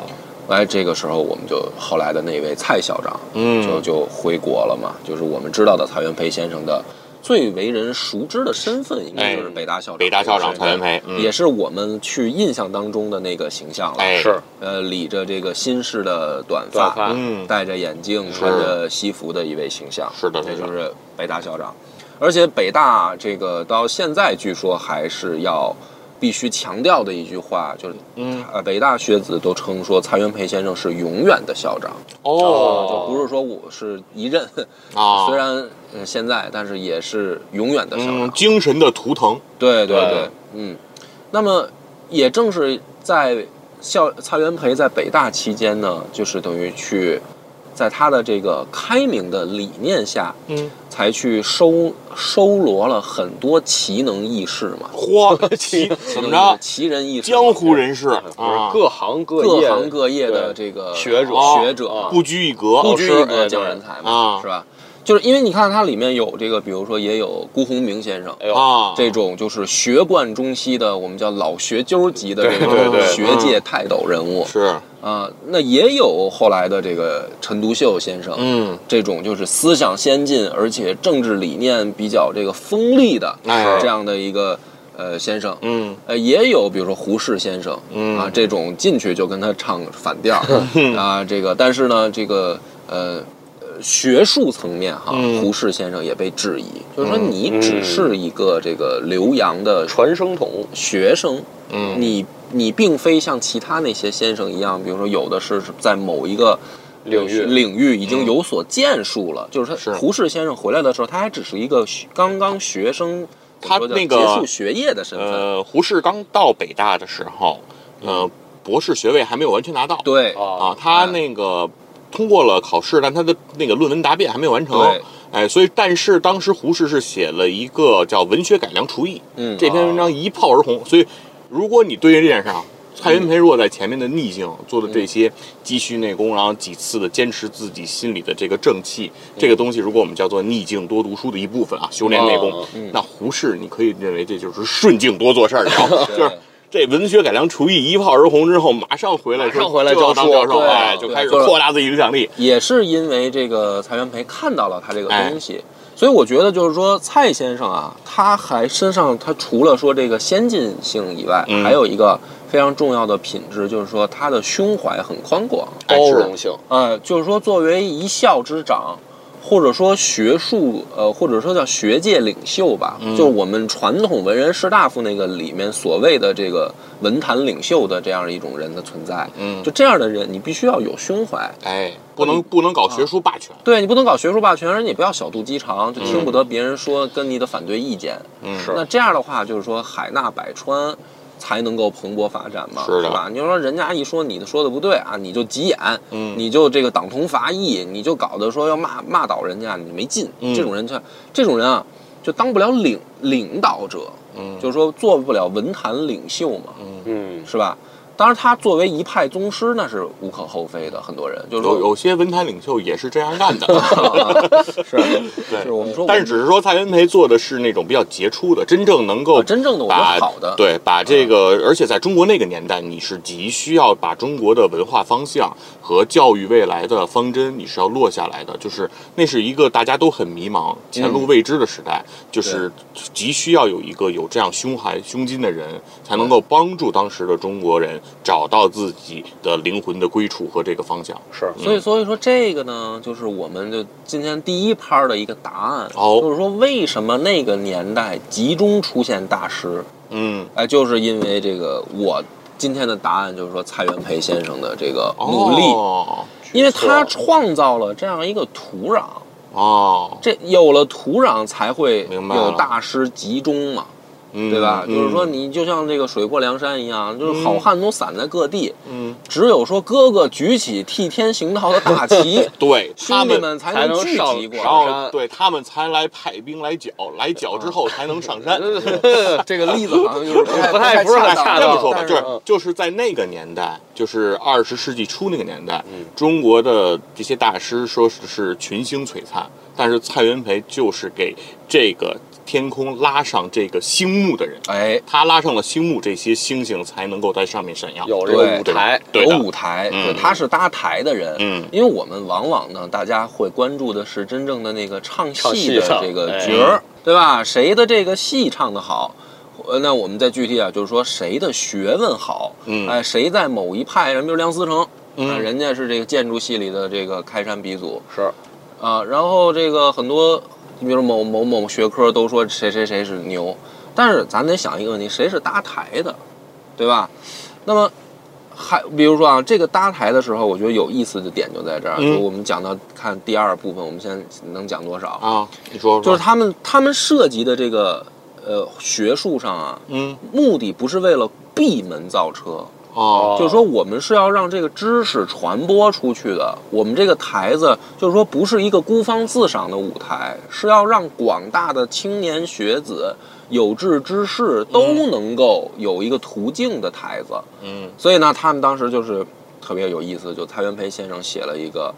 S1: 哎，这个时候我们就后来的那位蔡校长，
S2: 嗯
S1: 就就回国了嘛，就是我们知道的蔡元培先生的最为人熟知的身份，应该就是北大校长。
S2: 哎北大校长蔡元培，嗯
S1: 也是我们去印象当中的那个形象了。
S2: 哎
S3: 是，
S1: 呃，理着这个新式的短
S3: 短
S1: 发，
S3: 发
S2: 嗯
S1: 戴着眼镜，穿着西服的一位形象。
S2: 是的
S1: 这
S2: 是的
S1: 就是北大校长。而且北大这个到现在据说还是要必须强调的一句话，就是
S2: 嗯
S1: 呃，北大学子都称说蔡元培先生是永远的校长，
S2: 哦
S3: 哦
S1: 不是说我是一任，
S2: 啊，
S1: 虽然嗯现在，但是也是永远的校长。
S2: 嗯精神的图腾，
S1: 对对
S3: 对
S1: 对，嗯，那么也正是在校蔡元培在北大期间呢，就是等于去，在他的这个开明的理念下，
S2: 嗯，
S1: 才去收收罗了很多奇能异士嘛，
S2: 嚯，奇怎么着？
S1: 奇人异士嘛，
S2: 江湖人士
S3: 不
S2: 啊啊
S3: 是，各行各
S1: 各
S3: 业，
S1: 行各业的
S3: 对
S1: 这个
S3: 学者
S1: 学者
S3: 哦
S2: 不拘一格，
S1: 不拘
S3: 老
S1: 一
S3: 师
S1: 格
S3: 哎
S1: 讲
S3: 对
S1: 人才嘛
S2: 啊，
S1: 是吧？就是因为你看它里面有这个，比如说也有辜鸿铭先生，
S3: 哎呦，
S2: 啊，
S1: 这种就是学贯中西的，我们叫老学究级的这
S3: 对对
S1: 种
S3: 对
S1: 学界泰斗人物
S2: 是，
S1: 啊、那也有后来的这个陈独秀先生，
S2: 嗯，
S1: 这种就是思想先进，而且政治理念比较这个锋利的
S2: 哎
S1: 这样的一个呃先生。
S2: 嗯，
S1: 呃，也有比如说胡适先生，
S2: 嗯
S1: 啊，这种进去就跟他唱反 调啊，这个但是呢，这个呃。呃学术层面哈，
S2: 嗯
S1: 胡适先生也被质疑，就是说
S2: 嗯
S1: 你只是一个这个留洋的
S3: 传声筒，
S1: 学生，
S2: 嗯
S1: 你你并非像其他那些先生一样，比如说有的是在某一个
S3: 领域
S1: 领域已经有所建树了，就是
S2: 嗯是
S1: 他胡适先生回来的时候，他还只是一个学刚刚学生，
S2: 他
S1: 怎么说叫
S2: 那个
S1: 结束学业的身份，嗯
S2: 呃，胡适刚到北大的时候，呃，博士学位还没有完全拿到，
S1: 对，
S2: 啊
S3: 啊，，
S2: 他
S1: 嗯
S2: 那个通过了考试，但他的那个论文答辩还没有完成
S1: 对，
S2: 哎，所以但是当时胡适是写了一个叫《文学改良刍议》，
S1: 嗯，
S2: 这篇文章一炮而红，所以如果你对于这件事啊。蔡元培如果在前面的逆境做的
S1: 嗯
S2: 这些积蓄内功，然后几次的坚持自己心里的这个正气，
S1: 嗯
S2: 这个东西如果我们叫做逆境多读书的一部分啊，修炼内功
S3: 哦，
S1: 嗯
S2: 那胡适你可以认为这就是顺境多做事儿，然 后
S1: 对
S2: 就是这文学改良厨艺一炮而红之后，马上回来说
S3: 马上回来
S2: 就要当教
S3: 教
S2: 授，
S3: 授
S2: 哎，
S1: 对
S2: 就开始
S1: 就是
S2: 扩大自己影响力。
S1: 也是因为这个蔡元培看到了他这个
S2: 哎
S1: 东西，所以我觉得就是说蔡先生啊，他还身上他除了说这个先进性以外，
S2: 嗯
S1: 还有一个非常重要的品质，就是说他的胸怀很宽广。
S2: 哎
S3: 包
S2: 是
S3: 容性，
S1: 呃，就是说作为一校之长，或者说学术呃，或者说叫学界领袖吧，
S2: 嗯
S1: 就是我们传统文人士大夫那个里面所谓的这个文坛领袖的这样一种人的存在。
S2: 嗯
S1: 就这样的人，你必须要有胸怀。
S2: 哎，不能不能搞学术霸权，
S1: 对你不能搞学术霸权，而你不要小肚鸡肠，就听不得别人说跟你的反对意见。
S2: 嗯
S3: 是
S1: 那这样的话，就是说海纳百川，才能够蓬勃发展嘛，
S2: 是的
S1: 吧？你就说人家一说你说的不对啊，你就急眼，
S2: 嗯
S1: 你就这个党同伐异，你就搞得说要骂骂倒人家，你没劲。
S2: 嗯
S1: 这种人就这种人啊，就当不了领领导者，
S2: 嗯
S1: 就是说做不了文坛领袖嘛，
S3: 嗯，
S1: 是吧？当然，他作为一派宗师，那是无可厚非的。很多人就是说
S2: 有有些文坛领袖也是这样干的，
S1: 是，
S2: 对
S1: 是我们说我们，
S2: 但是只是说蔡元培做的是那种比较杰出的，真正能够
S1: 啊真正的我们
S2: 把
S1: 好的，嗯
S2: 对，把这个，而且在中国那个年代，你是急需要把中国的文化方向和教育未来的方针，你是要落下来的。就是那是一个大家都很迷茫、前
S1: 嗯
S2: 路未知的时代，就是急需要有一个有这样胸怀、胸襟的人，才能够帮助当时的中国人找到自己的灵魂的归处和这个方向。
S3: 是，
S1: 嗯所
S2: 嗯
S1: 以，所以说这个呢，就是我们就今天第一趴的一个答案，
S2: 哦
S1: 就是说为什么那个年代集中出现大师，
S2: 嗯，
S1: 哎，就是因为这个我今天的答案就是说蔡元培先生的这个努力，
S2: 哦，
S1: 因为他创造了这样一个土壤，
S2: 哦
S1: 这有了土壤才会
S2: 明白了
S1: 有大师集中嘛，
S2: 嗯
S1: 对吧？
S2: 嗯
S1: 就是说你就像这个水泊梁山一样，就是好汉都散在各地，
S2: 嗯，
S1: 只有说哥哥举起替天行道的大 旗。
S2: 对他
S1: 兄弟
S2: 们
S1: 们才
S3: 才
S1: 能
S3: 能
S1: 聚
S3: 上
S1: 集过
S2: 然
S1: 来。
S3: 上
S2: 后
S3: 山
S2: 对他们才来派兵来剿，来剿之后才能上
S1: 嗯
S2: 山。
S1: 这个例子好像就是不
S3: 不太不是很
S1: 恰
S3: 恰
S1: 当嗯
S2: 这么说吧，
S1: 但
S2: 就是是就是在那个年代，就是二十世纪初那个年代，
S1: 嗯
S2: 中国的这些大师说是是群星璀璨，但是蔡元培就是给这个天空拉上这个星幕的人，
S1: 哎，
S2: 他拉上了星幕，这些星星才能够在上面闪耀。
S3: 有这
S1: 对
S3: 个舞台，
S2: 对
S1: 有
S2: 的
S1: 舞台，
S2: 嗯
S1: 对他是搭台的人。
S2: 嗯
S1: 因为我们往往呢，大家会关注的是真正的那个唱
S3: 唱
S1: 戏
S3: 戏
S1: 的
S3: 上
S1: 这个
S3: 哎
S1: 角儿，对吧？谁的这个戏唱得好？呃，那我们再具体啊，就是说谁的学问好，
S2: 嗯
S1: 哎，谁在某一派，人比如梁思成，
S2: 嗯
S1: 啊人家是这个建筑系里的这个开山鼻祖
S3: 是
S1: 啊。然后这个很多，你比如某某某学科都说谁谁谁是牛，但是咱得想一个问题，谁是搭台的，对吧？那么还比如说啊，这个搭台的时候，我觉得有意思的点就在这儿，
S2: 嗯
S1: 就我们讲到看第二部分，我们现在能讲多少？
S2: 啊，你说
S1: 就
S2: 说
S1: 是他们他们涉及的这个呃学术上啊，
S2: 嗯
S1: 目的不是为了闭门造车，
S2: 哦
S1: 就是说我们是要让这个知识传播出去的。我们这个台子就是说不是一个孤芳自赏的舞台，是要让广大的青年学子、有志之士都能够有一个途径的台子。
S2: 嗯
S1: 所以呢，他们当时就是特别有意思，就蔡元培先生写了一个，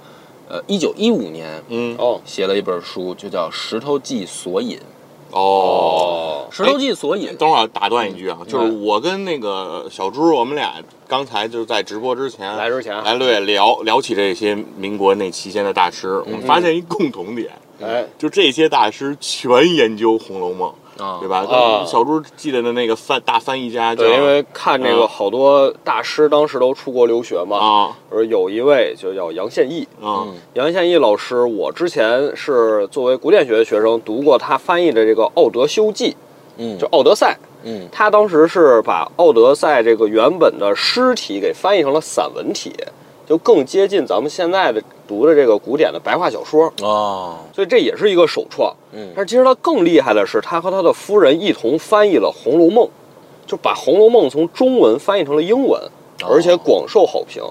S1: 呃，一九一五年
S2: 嗯
S3: 哦
S1: 写了一本书，就叫《石头记索引》。
S2: 哦。
S3: 哦，
S1: 石头记索引，
S2: 等会儿打断一句啊，就是
S1: 嗯
S2: 我跟那个小朱，我们俩刚才就是在直播之前
S3: 来啊之前
S1: 哎
S2: 来对聊聊起这些民国那期间的大师，我们发现一共同点，
S3: 哎，
S2: 就这些大师全研究《红楼梦》，
S1: 啊，
S2: 对？吧？
S3: 啊
S2: 小朱记得的那个翻大翻译家叫
S3: 对，因为看这
S2: 嗯
S1: 啊
S3: 个好多大师当时都出国留学嘛，
S2: 啊
S3: 而有一位就叫杨宪益，
S2: 啊
S1: 嗯
S3: 杨宪益老师，我之前是作为古典学的学生读过他翻译的这个《奥德修记》，
S1: 嗯，
S3: 就《奥德赛》。
S1: 嗯
S3: 他当时是把《奥德赛》这个原本的诗体给翻译成了散文体，就更接近咱们现在的读的这个古典的白话小说，
S1: 哦，
S3: 所以这也是一个首创。
S1: 嗯
S3: 但是其实他更厉害的是，他和他的夫人一同翻译了《红楼梦》，就把《红楼梦》从中文翻译成了英文，而
S1: 哦
S3: 且广受好评。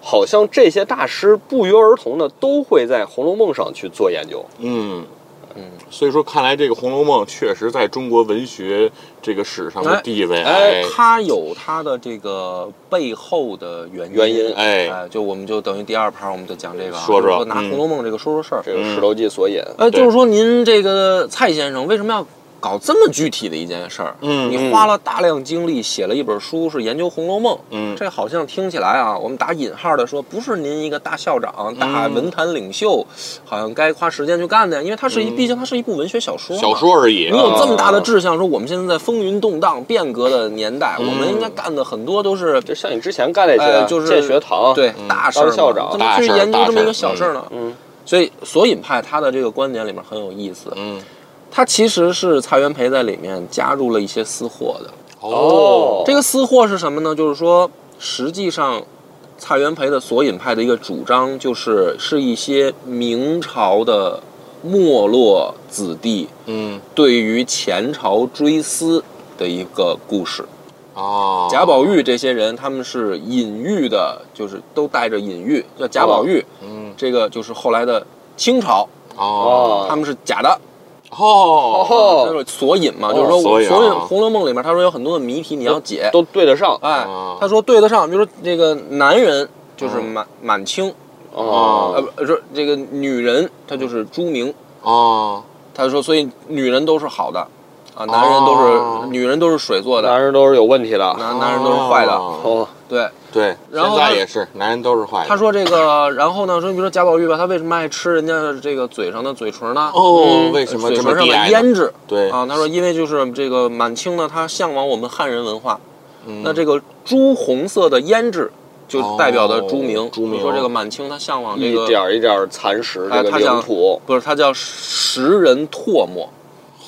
S3: 好像这些大师不约而同的都会在《红楼梦》上去做研究。
S2: 嗯
S1: 嗯。
S2: 所以说，看来这个《红楼梦》确实在中国文学这个史上的地位，
S1: 哎
S2: 哎，
S1: 它有它的这个背后的原因。
S3: 原因
S2: 哎
S1: 哎，就我们就等于第二盘，我们就讲这个啊，
S2: 说说
S1: 就是拿《
S2: 嗯
S1: 红楼梦》这个说说事儿。
S3: 这个《石头记》所引，
S1: 哎，
S2: 对
S1: 就是说您这个蔡先生为什么要搞这么具体的一件事儿？
S2: 嗯
S1: 你花了大量精力写了一本书，是研究《红楼梦》。
S2: 嗯
S1: 这好像听起来啊，我们打引号的说，不是您一个大校长、大
S2: 嗯
S1: 文坛领袖，好像该花时间去干的，因为它是一，
S2: 嗯
S1: 毕竟它是一部文学小说。
S2: 小。说而已。
S1: 你有这么大的
S2: 啊
S1: 志向，说我们现在在风云动荡、变革的年代，我们应该干的很多都是
S3: 就像你之前干那些、
S1: 哎就是
S3: 建学堂，
S1: 对大事儿嘛，
S3: 当校长
S1: 怎么
S2: 大
S1: 去
S2: 事儿
S1: 研究
S2: 大
S1: 这么一
S2: 事
S1: 个
S2: 儿
S1: 小事儿呢？
S3: 嗯，
S1: 所以索引派他的这个观点里面很有意思，
S2: 嗯
S1: 他其实是蔡元培在里面加入了一些私货的。
S3: 哦
S1: 这个私货是什么呢？就是说，实际上蔡元培的索引派的一个主张就是是一些明朝的没落子弟
S2: 嗯
S1: 对于前朝追思的一个故事。
S2: 哦，
S1: 贾宝玉这些人，他们是隐喻的，就是都带着隐喻，叫贾宝玉。
S2: 嗯
S1: 这个就是后来的清朝，
S2: 哦
S1: 他们是假的，
S2: 哦
S3: 啊哦
S1: 就是索引嘛，
S3: 哦
S1: 就是说
S2: 索引啊
S1: 《红楼梦》里面他说有很多的谜题你要解，
S3: 都对得上
S1: 哎
S2: 啊，
S1: 他说对得上，比如说这个男人就是满满清，
S2: 哦
S1: 呃，不是这个女人她就是朱明，
S2: 哦
S1: 他说所以女人都是好的，啊，男人都
S2: 哦
S1: 是女人都是水做的，
S3: 男人都是有问题的。啊
S1: 男男人都是坏的，
S2: 哦
S3: 哦，
S1: 对。
S2: 对，
S1: 然后
S2: 现
S1: 他
S2: 在也是，男人都是坏的。
S1: 他说这个，然后呢，说你比如说贾宝玉吧，他为什么爱吃人家这个嘴上的嘴唇呢？
S2: 哦
S1: 嗯
S2: 为什么
S1: 嘴
S2: 这么
S1: 唇上
S2: 低矮
S1: 的
S2: 呢
S1: 胭脂？
S2: 对
S1: 啊，他说因为就是这个满清呢，他向往我们汉人文化，
S2: 嗯
S1: 那这个朱红色的胭脂就代表的朱明。
S2: 哦朱明
S1: 就说这个满清他向往这
S3: 一
S1: 个，
S3: 点儿一点儿蚕食
S1: 哎
S3: 这个
S1: 他想
S3: 领土，
S1: 不是他叫食人唾沫，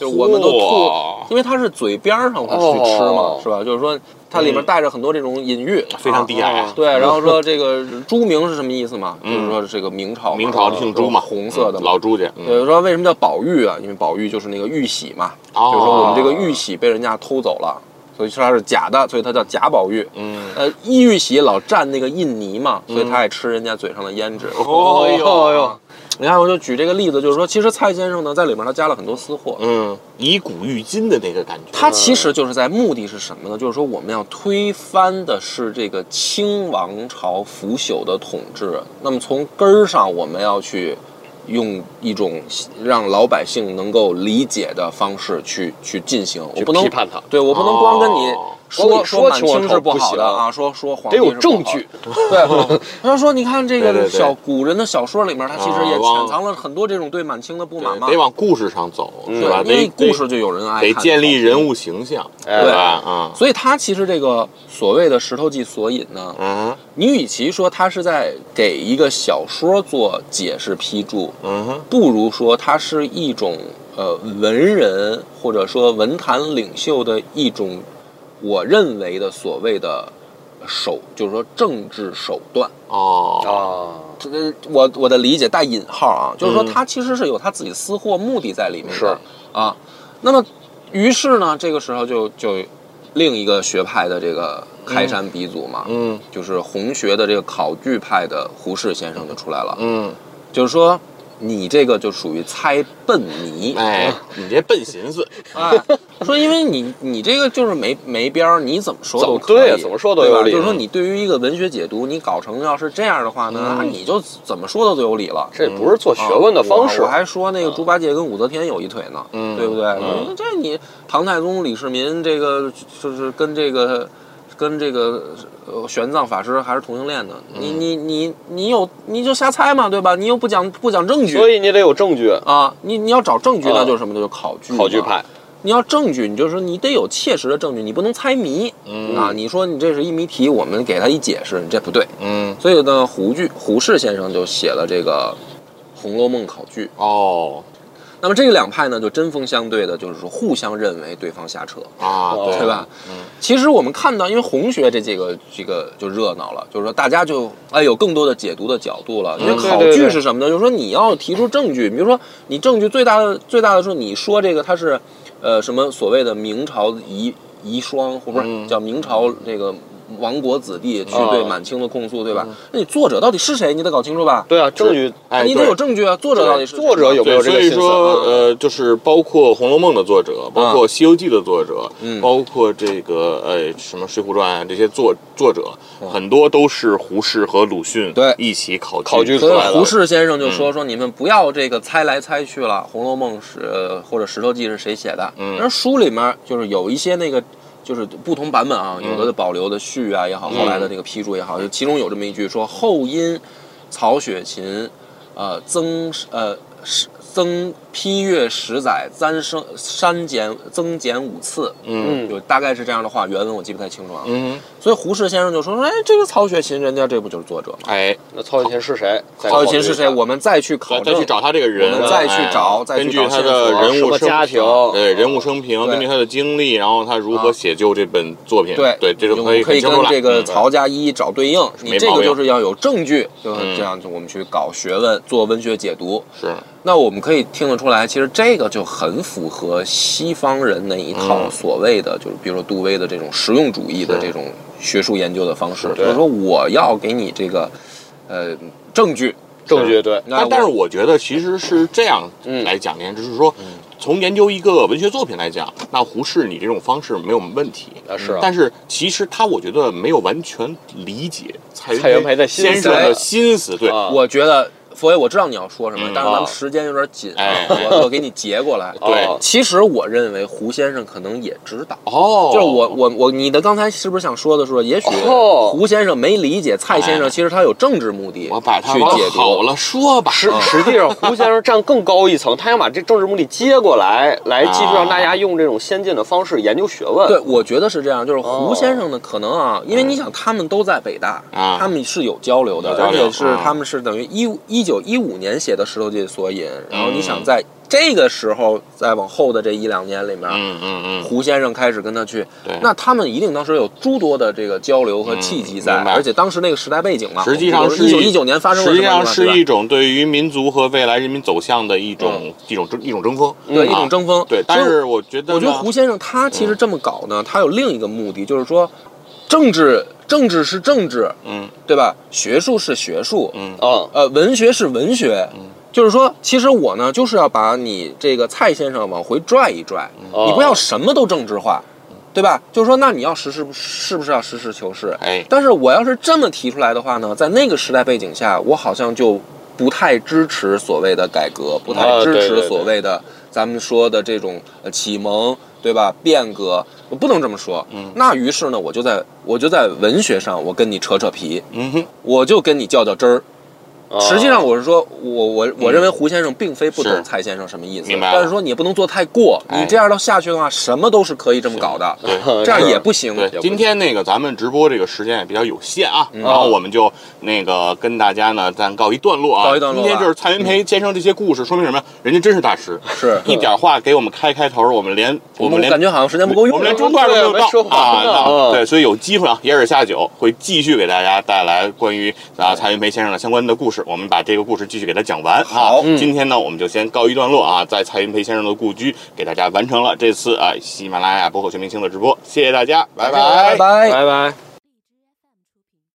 S1: 就是我们都吐
S2: 嚯，
S1: 因为它是嘴边儿上它去吃嘛，
S3: 哦
S1: 是吧？就是说它里面带着很多这种隐喻，
S2: 嗯非常低矮
S1: 啊对，然后说这个朱明是什么意思嘛？就是说这个明朝嘛，
S2: 嗯明朝姓朱嘛，
S1: 就是红色的嘛。
S2: 嗯老朱家。嗯
S1: 对，说为什么叫宝玉啊？因为宝玉就是那个玉玺嘛，
S2: 哦
S1: 嗯就是说我们这个玉玺被人家偷走了，所以说它是假的，所以它叫假宝玉。
S2: 嗯，
S1: 呃，玉玺老蘸那个印泥嘛，所以他爱吃人家嘴上的胭脂。
S2: 哦
S3: 哦哟，
S1: 你看，我就举这个例子，就是说，其实蔡先生呢，在里面他加了很多私货。
S2: 嗯，以古喻今的那个感觉。
S1: 他其实就是在目的是什么呢？就是说我们要推翻的是这个清王朝腐朽的统治，那么从根儿上我们要去用一种让老百姓能够理解的方式去去进行，我
S3: 去
S1: 不能
S3: 批判他
S1: 对我不能光跟你
S2: 哦
S3: 光
S1: 说说
S3: 你说
S1: 满
S3: 清
S1: 清
S3: 朝
S1: 是不
S3: 不
S1: 好的
S3: 行
S1: 啊，说说皇帝
S3: 得有
S1: 是不
S3: 证
S1: 好的
S3: 据。
S1: 对，他说你看这
S2: 对
S1: 个
S2: 对对
S1: 小古人的小说里面，他其实也
S2: 啊往
S1: 潜藏了很多这种对满清的不满嘛，
S2: 得往故事上走，
S3: 嗯
S2: 对吧？
S1: 因为
S2: 得
S1: 故事就有人爱
S2: 得
S1: 看，
S2: 建立人物形象，
S3: 哎
S2: 对吧？啊，
S1: 所以他其实这个所谓的石头记索引呢，
S2: 嗯
S1: 你与其说他是在给一个小说做解释批注，
S2: 嗯哼，
S1: 不如说它是一种呃文人或者说文坛领袖的一种，我认为的所谓的手，就是说政治手段。
S2: 哦，
S3: 啊，
S1: 这这我我的理解带引号啊，就是说
S2: 嗯
S1: 他其实是有他自己私货目的在里面的
S3: 是
S1: 啊。那么，于是呢，这个时候就就另一个学派的这个开山鼻祖嘛，
S2: 嗯
S1: 就是红学的这个考据派的胡适先生就出来了，
S2: 嗯，
S1: 就是说你这个就属于猜笨
S3: 哦
S1: 泥，
S2: 哎，你这笨寻思，
S1: 哎，说因为你你这个就是没没边儿，你怎么说都
S3: 怎么
S1: 可以
S3: 对怎么说都有
S1: 对吧
S3: 理
S1: 就是说你对于一个文学解读，你搞成要是这样的话
S3: 嗯
S1: 呢，那你就怎么说都有理了。
S3: 这不是做学问的方式
S1: 啊嗯我
S3: 嗯
S1: 我，还说那个猪八戒跟武则天有一腿呢，
S2: 嗯
S1: 对不对？
S2: 嗯
S1: 你这你唐太宗李世民这个就是跟这个跟这个呃玄奘法师还是同性恋呢，
S3: 嗯
S1: 你你你你有你就瞎猜嘛，对吧？你又不讲不讲证据
S3: 所以你得有证据。
S1: 啊，你你要找证据那
S3: 啊
S1: 就是什么呢？就是考据嘛
S3: 考据派，
S1: 你要证据，你就是你得有切实的证据，你不能猜谜、
S2: 嗯
S1: 啊！你说你这是一谜题，我们给他一解释，你这不对。
S2: 嗯，
S1: 所以呢，胡剧胡适先生就写了这个《红楼梦》考据。
S2: 哦
S1: 那么这两派呢，就针锋相对的，就是说互相认为对方瞎扯，
S2: 啊，
S3: 哦
S1: 对吧？
S2: 嗯，
S1: 其实我们看到，因为红学这几个这个就热闹了，就是说大家就哎有更多的解读的角度了。因为
S3: 嗯对
S1: 考
S3: 对
S1: 据
S3: 对
S1: 是什么呢？就是说你要提出证据，比如说你证据最大的最大的说你说这个它是，呃什么所谓的明朝遗遗孀，或不是
S2: 嗯
S1: 叫明朝这个亡国子弟去对
S3: 啊
S1: 满清的控诉，对吧？那你作者到底是谁？你得搞清楚吧。
S3: 嗯对啊，证据
S2: 哎，
S1: 你得
S2: 对
S1: 有证据啊，作者到底是谁
S3: 作者有没
S2: 对，
S3: 有这
S2: 所
S3: 个
S2: 以
S3: 心思？
S2: 说，
S1: 啊
S2: 呃，就是包括《红楼梦》的作者，包括《西游记》的作者，
S1: 嗯
S2: 包括这个呃什么《水浒传》啊这些作作者，很多都是胡适和鲁迅
S1: 嗯对
S2: 一起考据
S3: 考据
S1: 所
S3: 出来
S1: 以
S3: 了
S1: 胡适先生
S2: 嗯
S1: 就说说你们不要这个猜来猜去了，《红楼梦》是呃或者《石头记》是谁写的？
S2: 嗯
S1: 而书里面就是有一些那个就是不同版本啊，有
S2: 嗯
S1: 的保留的序啊也好，后来的那个批注也好，就其中有这么一句说后因曹雪芹，呃增呃是增批阅十载，三生删减增减五次，
S2: 嗯
S1: 有大概是这样的话，原文我记不太清楚啊。
S2: 嗯，
S1: 所以胡适先生就说说，哎，这个曹雪芹人家这不就是作者吗？
S2: 哎，
S3: 那曹雪芹是谁？再
S1: 曹雪
S3: 考虑
S1: 芹
S3: 一
S1: 是
S3: 下
S1: 谁？我们再去考
S2: 再
S1: 证，
S2: 再去找他这个
S1: 我
S2: 人
S1: 们，再去
S2: 哎
S1: 找再去
S2: 根据
S1: 找
S2: 他
S1: 线
S2: 的
S1: 索
S2: 人
S3: 什
S2: 物
S3: 么
S2: 生
S3: 家
S2: 平
S3: 庭
S2: 对人物生平，
S1: 对
S2: 根据他的经历，然后他如何
S1: 啊
S2: 写就这本作品，
S1: 对
S2: 对，这就
S1: 我
S2: 可以
S1: 们可
S2: 很
S1: 以
S2: 清
S1: 跟
S2: 楚了。
S1: 这个
S2: 嗯
S1: 曹家一一找对应。你
S2: 没
S1: 这
S2: 毛
S1: 个
S2: 病
S1: 就是要有证据，就是
S2: 嗯
S1: 这样，我们去搞学问，做文学解读。
S2: 是
S1: 那我们可以听得出来，其实这个就很符合西方人那一套
S2: 嗯
S1: 所谓的，就是比如说杜威的这种实用主义的
S2: 是
S1: 这种学术研究的方式，
S2: 是
S1: 就是说我要给你这个，呃，证据。
S3: 证据对，
S1: 那
S2: 但但是
S1: 我
S2: 我觉得其实是这样
S3: 嗯
S2: 来讲呢，就是说，
S1: 嗯
S2: 从研究一个文学作品来讲，那胡适你这种方式没有问题。
S3: 啊
S1: 嗯
S3: 是啊
S2: 但是其实他我觉得没有完全理解蔡
S3: 蔡元培的心思
S2: 先生的心思，对，
S3: 啊
S1: 我觉得，佛爷，我知道你要说什么，
S2: 嗯
S1: 但是咱们
S3: 啊
S1: 时间有点紧啊
S2: 哎，
S1: 我我给你截过 来。
S2: 对
S3: 哦
S1: 其实我认为胡先生可能也知道，
S2: 哦，
S1: 就是我我我，你的刚才是不是想说的说，也许
S3: 哦
S1: 胡先生没理解蔡先生，
S2: 哎
S1: 其实他有政治目的，
S2: 我把他
S1: 去
S2: 往
S1: 解
S2: 好
S1: 读。
S2: 了说
S1: 嗯
S2: 吧，
S3: 实实际上，胡先生站更高一层，他想把这政治目的接过来，来继续让大家用这种先进的方式研究学问。
S1: 啊对，我觉得是这样，就是胡
S3: 哦
S1: 先生呢，可能啊，因为你想，他们都在北大，
S2: 嗯啊
S1: 他们是有交流的，
S2: 有交
S1: 而
S2: 流
S1: 且是
S2: 啊
S1: 他们是等于一一九一五年写的《石头记》索引，然后你想
S2: 嗯
S1: 在这个时候，再往后的这一两年里面，
S2: 嗯嗯嗯，
S1: 胡先生开始跟他去
S2: 对，
S1: 那他们一定当时有诸多的这个交流和契机在，
S2: 嗯明白
S1: 而且当时那个时代背景嘛，
S2: 实际上是
S1: 一九一九年发生了
S2: 实
S1: 什
S2: 际
S1: 么嘛，
S2: 上是
S1: 吧嗯
S2: 一种对于民族和未来人民走向的一种一种一种争锋，
S1: 对
S2: 嗯
S1: 一种争锋。
S2: 对。但是嗯我觉得呢，
S1: 我觉得胡先生他其实这么搞呢，他有另一个目的，就是说，政治政治是政治，
S2: 嗯
S1: 对吧？学术是学术，
S2: 嗯
S3: 嗯，
S1: 呃，文学是文学。就是说，其实我呢，就是要把你这个蔡先生往回拽一拽，
S2: 嗯
S3: 哦
S1: 你不要什么都政治化，对吧？就是说，那你要实事，是不是要实事求是？
S2: 哎
S1: 但是我要是这么提出来的话呢，在那个时代背景下，我好像就。不太支持所谓的改革，不太
S3: 啊
S1: 支
S3: 对对
S1: 持
S3: 对
S1: 所谓的咱们说的这种呃启蒙，对吧？变革，我不能这么说。嗯，那于是呢，我就在我就在文学上，我跟你扯扯皮，
S2: 嗯哼，
S1: 我就跟你较较真儿。
S3: 嗯啊
S2: 哦
S1: 实际上，我是说，我我我认为胡先生并非不
S2: 嗯是
S1: 懂蔡先生什么意思，
S2: 明白了
S1: 但是说你也不能做太过，
S2: 哎
S1: 你这样到下去的话，什么都是可以这么搞的，
S2: 对。
S3: 嗯
S1: 这样也不嗯行。
S2: 对，
S3: 不
S2: 今天那个咱们直播这个时间也比较有限啊，然后我们就那个跟大家呢暂告一段落啊。
S1: 告一段落啊
S2: 今天就是蔡元培先生这些故事，说明什么呀？人家真是 大师，
S1: 是
S2: 一点话给我们开开头，我们连我们连
S1: 感觉好像时间不够
S2: 我
S1: 用
S2: 们
S1: 了
S2: 连。中段都没有
S3: 对没说
S2: 到
S3: 完
S2: 啊
S3: 呢
S2: 那
S3: 嗯
S2: 对，所以有机会啊，野尔下酒会继续给大家带来关于啊蔡元培先生的相关的故事，我们把这个故事继续给他讲完啊。
S1: 好嗯
S2: 今天呢我们就先告一段落啊，在蔡元培先生的故居给大家完成了这次啊喜马拉雅博客全明星的直播，谢谢大家，拜
S1: 拜拜。
S3: 拜拜。